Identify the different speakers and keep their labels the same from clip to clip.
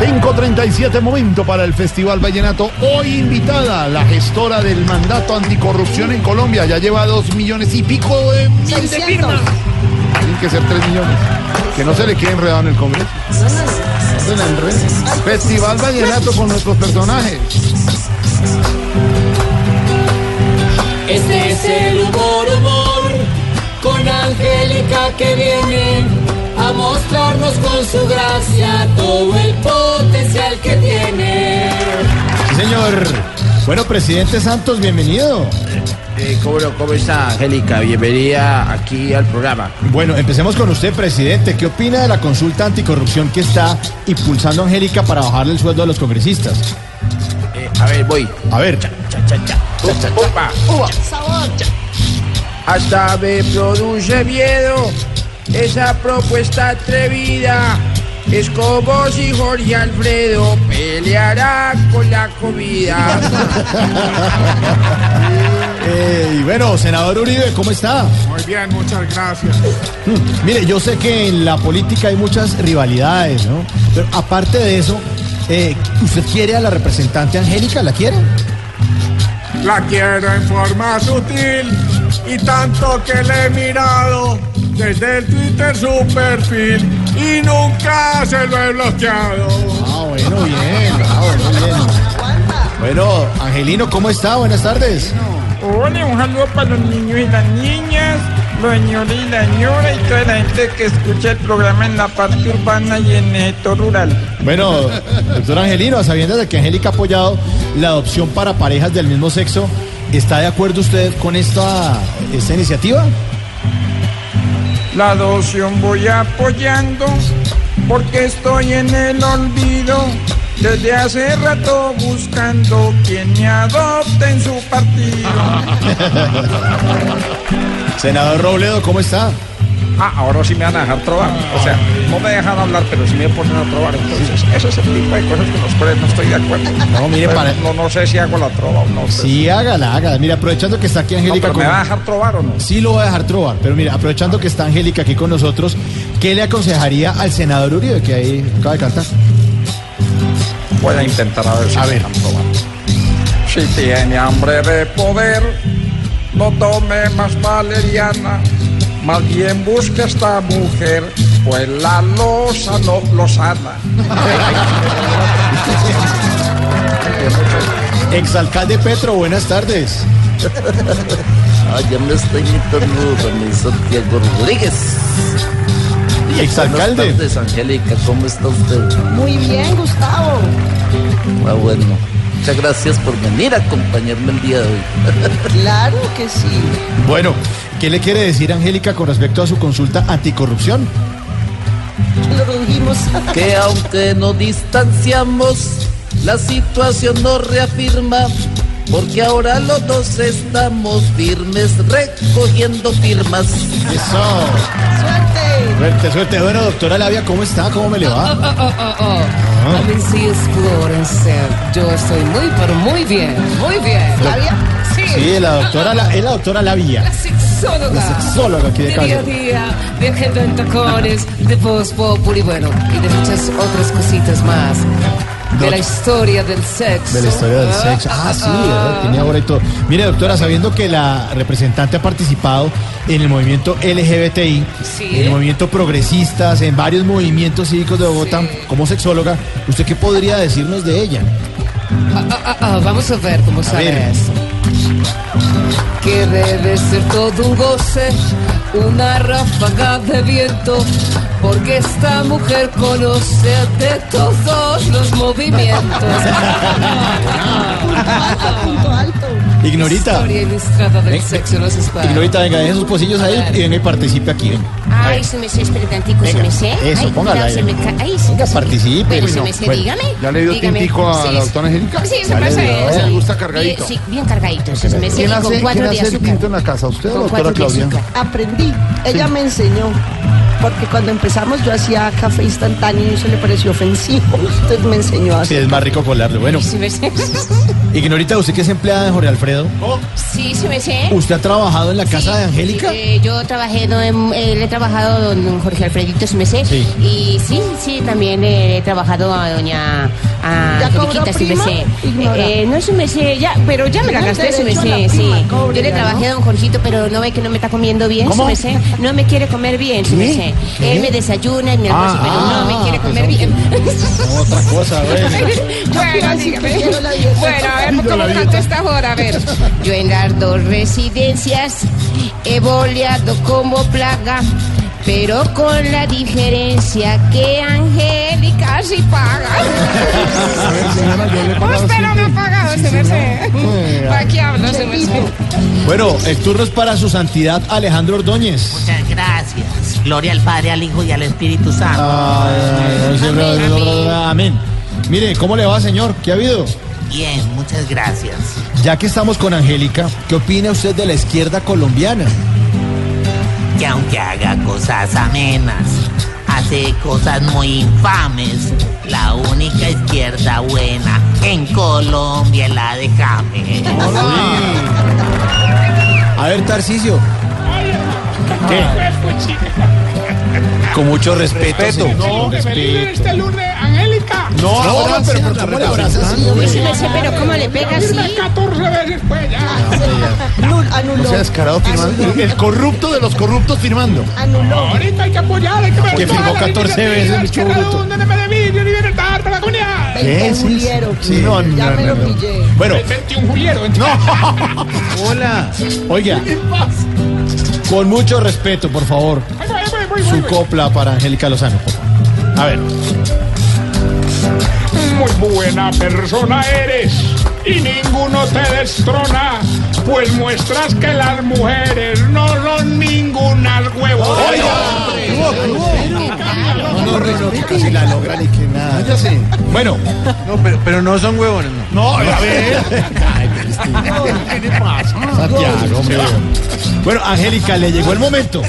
Speaker 1: 5.37 momento para el Festival Vallenato. Hoy invitada la gestora del mandato anticorrupción en Colombia. Ya lleva dos millones y pico de mil de firmas. Tienen que ser tres millones. Que no se le quede enredado en el Congreso. No se la enrede. Festival Vallenato con nuestros personajes.
Speaker 2: Este es el humor, humor, con Angélica que viene a mostrarnos con su gracia todo el potencial que tiene.
Speaker 3: Sí, señor. Bueno, presidente Santos, bienvenido.
Speaker 4: ¿cómo, ¿Cómo está, Angélica? Bienvenida aquí al programa.
Speaker 3: Bueno, empecemos con usted, presidente. ¿Qué opina de la consulta anticorrupción que está impulsando Angélica para bajarle el sueldo a los congresistas?
Speaker 4: Eh, a ver, voy.
Speaker 3: A ver.
Speaker 4: Cha, cha, cha. Cha, cha, pa. Cha. Hasta me produce miedo esa propuesta atrevida. Es como si Jorge Alfredo peleará con la comida.
Speaker 3: Eh, y bueno, senador Uribe, ¿cómo está? Mm,
Speaker 5: Muy bien, muchas gracias.
Speaker 3: Mire, yo sé que en la política hay muchas rivalidades, ¿no? Pero aparte de eso, eh, ¿usted quiere a la representante Angélica? ¿La quiere?
Speaker 5: La quiero en forma sutil y tanto que le he mirado desde el Twitter su perfil y nunca se lo he bloqueado.
Speaker 3: Ah, bueno, bien. Ah, bueno, bien. Bueno, Angelino, ¿cómo está? Buenas tardes.
Speaker 6: Hola, un saludo para los niños y las niñas, los señores y las señoras y toda la gente que escucha el programa en la parte urbana y en el sector rural.
Speaker 3: Bueno, doctor Angelino, a sabiendas de que Angélica ha apoyado la adopción para parejas del mismo sexo, ¿está de acuerdo usted con esta, esta iniciativa?
Speaker 6: La adopción voy apoyando porque estoy en el olvido. Desde hace rato buscando quien me adopte en su partido.
Speaker 3: Senador Robledo, ¿cómo está?
Speaker 7: Ah, ahora sí me van a dejar trobar. O sea, no me dejan hablar, pero sí me ponen a trobar. Entonces, ese es el tipo de cosas con las cuales no estoy de acuerdo.
Speaker 3: No, mire,
Speaker 7: Pero
Speaker 3: para-
Speaker 7: No, no sé si hago la trova o no. sé.
Speaker 3: Sí, hágala, hágala. Mira, aprovechando que está aquí
Speaker 7: No,
Speaker 3: Angélica
Speaker 7: pero
Speaker 3: con...
Speaker 7: ¿Me va a dejar trobar o no?
Speaker 3: Sí lo voy a dejar trobar, pero mira, aprovechando que está Angélica aquí con nosotros, ¿qué le aconsejaría al senador Uribe que ahí acaba de cantar?
Speaker 7: Voy a intentar a ver si
Speaker 3: A
Speaker 7: me
Speaker 3: ver.
Speaker 7: dejan probar. Si tiene hambre de poder, no tome más valeriana. Más bien busque a esta mujer, pues la losa no lo sana.
Speaker 3: Exalcalde Petro, buenas tardes.
Speaker 8: Ah, ya me estoy internudo, mi Santiago Rodríguez.
Speaker 3: Exalcalde.
Speaker 8: Buenas tardes, Angélica, ¿cómo está usted?
Speaker 9: Muy bien, Gustavo.
Speaker 8: Ah, bueno. Muchas gracias por venir a acompañarme el día de hoy.
Speaker 9: Claro que sí.
Speaker 3: Bueno, ¿qué le quiere decir Angélica con respecto a su consulta anticorrupción?
Speaker 9: Lo rugimos.
Speaker 8: Que aunque nos distanciamos, la situación nos reafirma. Porque ahora los dos estamos firmes, recogiendo firmas.
Speaker 3: Eso.
Speaker 9: Suerte.
Speaker 3: Suerte, suerte. Bueno, doctora Labia, ¿cómo está? ¿Cómo me le va?
Speaker 10: Oh,
Speaker 9: Ah.
Speaker 10: A ver si explórense. Yo estoy muy, pero muy bien. Muy bien.
Speaker 9: Flavia.
Speaker 3: Sí, la doctora, La- es la doctora Labia.
Speaker 10: sexóloga.
Speaker 3: Sexóloga aquí de
Speaker 10: De día a
Speaker 3: calle.
Speaker 10: día, viajando en tacones, de Voz Populi, bueno, y de muchas otras cositas más. De la historia del sexo.
Speaker 3: De la historia del sexo. Ah, sí, ¿verdad? tiene ahora y todo. Mire, doctora, sabiendo que la representante ha participado en el movimiento LGBTI,
Speaker 10: Sí.
Speaker 3: en el movimiento progresistas, en varios movimientos cívicos de Bogotá,
Speaker 10: Sí.
Speaker 3: como sexóloga, ¿usted qué podría decirnos de ella?
Speaker 10: Ah, ah, ah, ah, vamos a ver cómo
Speaker 3: ver.
Speaker 10: sabes. Que debe ser todo un goce, una ráfaga de viento, porque esta mujer conoce de todos los movimientos.
Speaker 9: Punto alto.
Speaker 3: Ignorita.
Speaker 11: Historia ilustrada del sexo y los espacios.
Speaker 3: Ignorita, venga, deje sus pocillos ahí y venga y participe aquí. venga.
Speaker 12: Ay, su mesé, esperantico, su
Speaker 3: Venga,
Speaker 12: mesé.
Speaker 3: eso,
Speaker 12: Pues Ay,
Speaker 3: póngala
Speaker 12: cuidado,
Speaker 3: ahí.
Speaker 12: se me ca- Ay, sí,
Speaker 3: Venga,
Speaker 12: sí.
Speaker 3: participe.
Speaker 12: Pero su
Speaker 3: Bueno,
Speaker 12: mesé,
Speaker 3: bueno.
Speaker 12: dígame.
Speaker 13: ¿Ya le dio
Speaker 12: dígame.
Speaker 13: tintico a
Speaker 12: Sí,
Speaker 13: la
Speaker 12: sí.
Speaker 13: doctora Angélica?
Speaker 12: Sí, eso
Speaker 13: Ya le
Speaker 12: pasa
Speaker 13: dio,
Speaker 12: eso.
Speaker 13: ¿le gusta
Speaker 12: Bien,
Speaker 13: cargadito?
Speaker 12: Sí, bien cargadito. Su mesé,
Speaker 13: ¿Quién
Speaker 12: y
Speaker 13: hace,
Speaker 12: con
Speaker 13: quién
Speaker 12: cuatro de
Speaker 13: hace el
Speaker 12: azúcar.
Speaker 13: tinto en la casa? ¿Usted o
Speaker 12: Con
Speaker 13: la doctora
Speaker 12: cuatro de
Speaker 13: Claudia?
Speaker 12: azúcar.
Speaker 14: Aprendí, ella me enseñó. Porque cuando empezamos yo hacía café instantáneo y eso le pareció ofensivo. Entonces me enseñó a
Speaker 3: Sí,
Speaker 14: hacer.
Speaker 3: es más rico colarlo. Bueno,
Speaker 12: Su mesé.
Speaker 3: Ignorita, ¿usted que es empleada de Jorge Alfredo?
Speaker 12: Sí, su mesé.
Speaker 3: ¿Usted ha trabajado en la casa
Speaker 12: Sí,
Speaker 3: de Angélica?
Speaker 12: eh, yo trabajé, no, en- eh, le he trabajado a don Jorge Alfredito Sumese.
Speaker 3: Sí.
Speaker 12: Y sí, sí, también eh, he trabajado a doña a
Speaker 14: ¿Ya
Speaker 12: Angeliquita
Speaker 14: cobró prima?
Speaker 12: Sumese.
Speaker 14: Ignora.
Speaker 12: Eh, no Sumese, ya, pero ya me la
Speaker 14: Tiene
Speaker 12: gasté
Speaker 14: derecho a la
Speaker 12: Sumese, sí.
Speaker 14: prima, cobre
Speaker 12: yo le
Speaker 14: ya,
Speaker 12: trabajé
Speaker 14: ¿no?
Speaker 12: a don Jorgito, pero no ve que no me está comiendo bien,
Speaker 14: ¿Cómo?
Speaker 12: Sumese. No me quiere comer bien, Sumese.
Speaker 14: ¿Qué?
Speaker 12: Él me desayuna, y me almuerzo,
Speaker 14: Ah,
Speaker 12: pero no me quiere comer bien.
Speaker 3: Otra cosa,
Speaker 12: Bueno,
Speaker 14: Casi
Speaker 12: dígame.
Speaker 14: que quiero la dieta.
Speaker 12: Bueno, a ver, ¿cómo canto esta hora? A ver. Yo en las dos residencias he boleado como plaga, pero con la diferencia que Angélica sí paga. Pues, Pero no ha pagado, se me
Speaker 13: Eh,
Speaker 3: Sí,
Speaker 12: ¿Para qué hablo, se me
Speaker 3: Bueno, el turno es para su santidad Alejandro Ordóñez.
Speaker 8: Muchas gracias. Gloria al Padre, al Hijo y al Espíritu Santo.
Speaker 3: Amén. Mire, ¿cómo le va, señor? ¿Qué ha habido?
Speaker 8: Bien, muchas gracias.
Speaker 3: Ya que estamos con Angélica, ¿qué opina usted de la izquierda colombiana?
Speaker 8: Que aunque haga cosas amenas, hace cosas muy infames. La única izquierda buena en Colombia es la de James.
Speaker 3: Ah. A ver, Tarcisio. ¿Qué? Con mucho respeto. señor, con respeto.
Speaker 7: este lunes, Angélica.
Speaker 3: No, No, ahora, pero por tu ¿cómo le abraza así, representante? hombre?
Speaker 12: pero ¿cómo le pega así?
Speaker 7: 14 veces, pues ya.
Speaker 14: Anul- Anuló.
Speaker 13: No sea descarado firmando. El, el corrupto de los corruptos firmando.
Speaker 7: Ahorita hay que apoyar, hay que ver
Speaker 13: Que
Speaker 7: todas
Speaker 13: firmó
Speaker 7: las
Speaker 13: 14 veces,
Speaker 7: iniciativas
Speaker 13: bicho
Speaker 7: que
Speaker 13: bruto.
Speaker 7: redundan en beneficio y libertad para la comunidad.
Speaker 13: ¿Qué? Sí, sí, no, no, no, no. Bueno.
Speaker 7: El 21 juliero.
Speaker 3: Hola. Oiga, con mucho respeto, por favor. Su copla para Angélica Lozano. por favor. A ver.
Speaker 7: Muy buena persona eres y ninguno te destrona, pues muestras que las mujeres no son ningunas huevos.
Speaker 13: No, no, no, casi la logran y que nada.
Speaker 3: Bueno.
Speaker 15: No, pero, pero no son huevones, no.
Speaker 13: No, a ver.
Speaker 3: Santiago, hombre. Bueno, Angélica, le llegó el momento.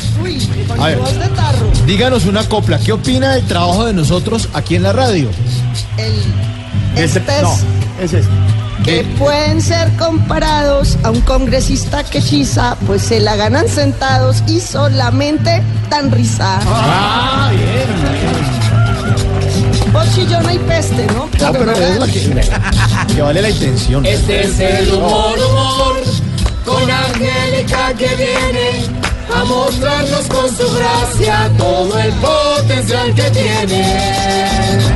Speaker 3: A ver, díganos una copla. ¿Qué opina del trabajo de nosotros aquí en la radio?
Speaker 14: El, este es-
Speaker 3: ese es.
Speaker 14: que
Speaker 3: Eh.
Speaker 14: pueden ser comparados a un congresista que chisa, pues se la ganan sentados y solamente tan risa.
Speaker 13: Ah,
Speaker 14: O yo no hay peste, ¿no?
Speaker 3: No, Ah, pero es la que, que vale la intención.
Speaker 16: Este es el humor, humor, con Angélica que viene a mostrarnos con su gracia todo el potencial que tiene.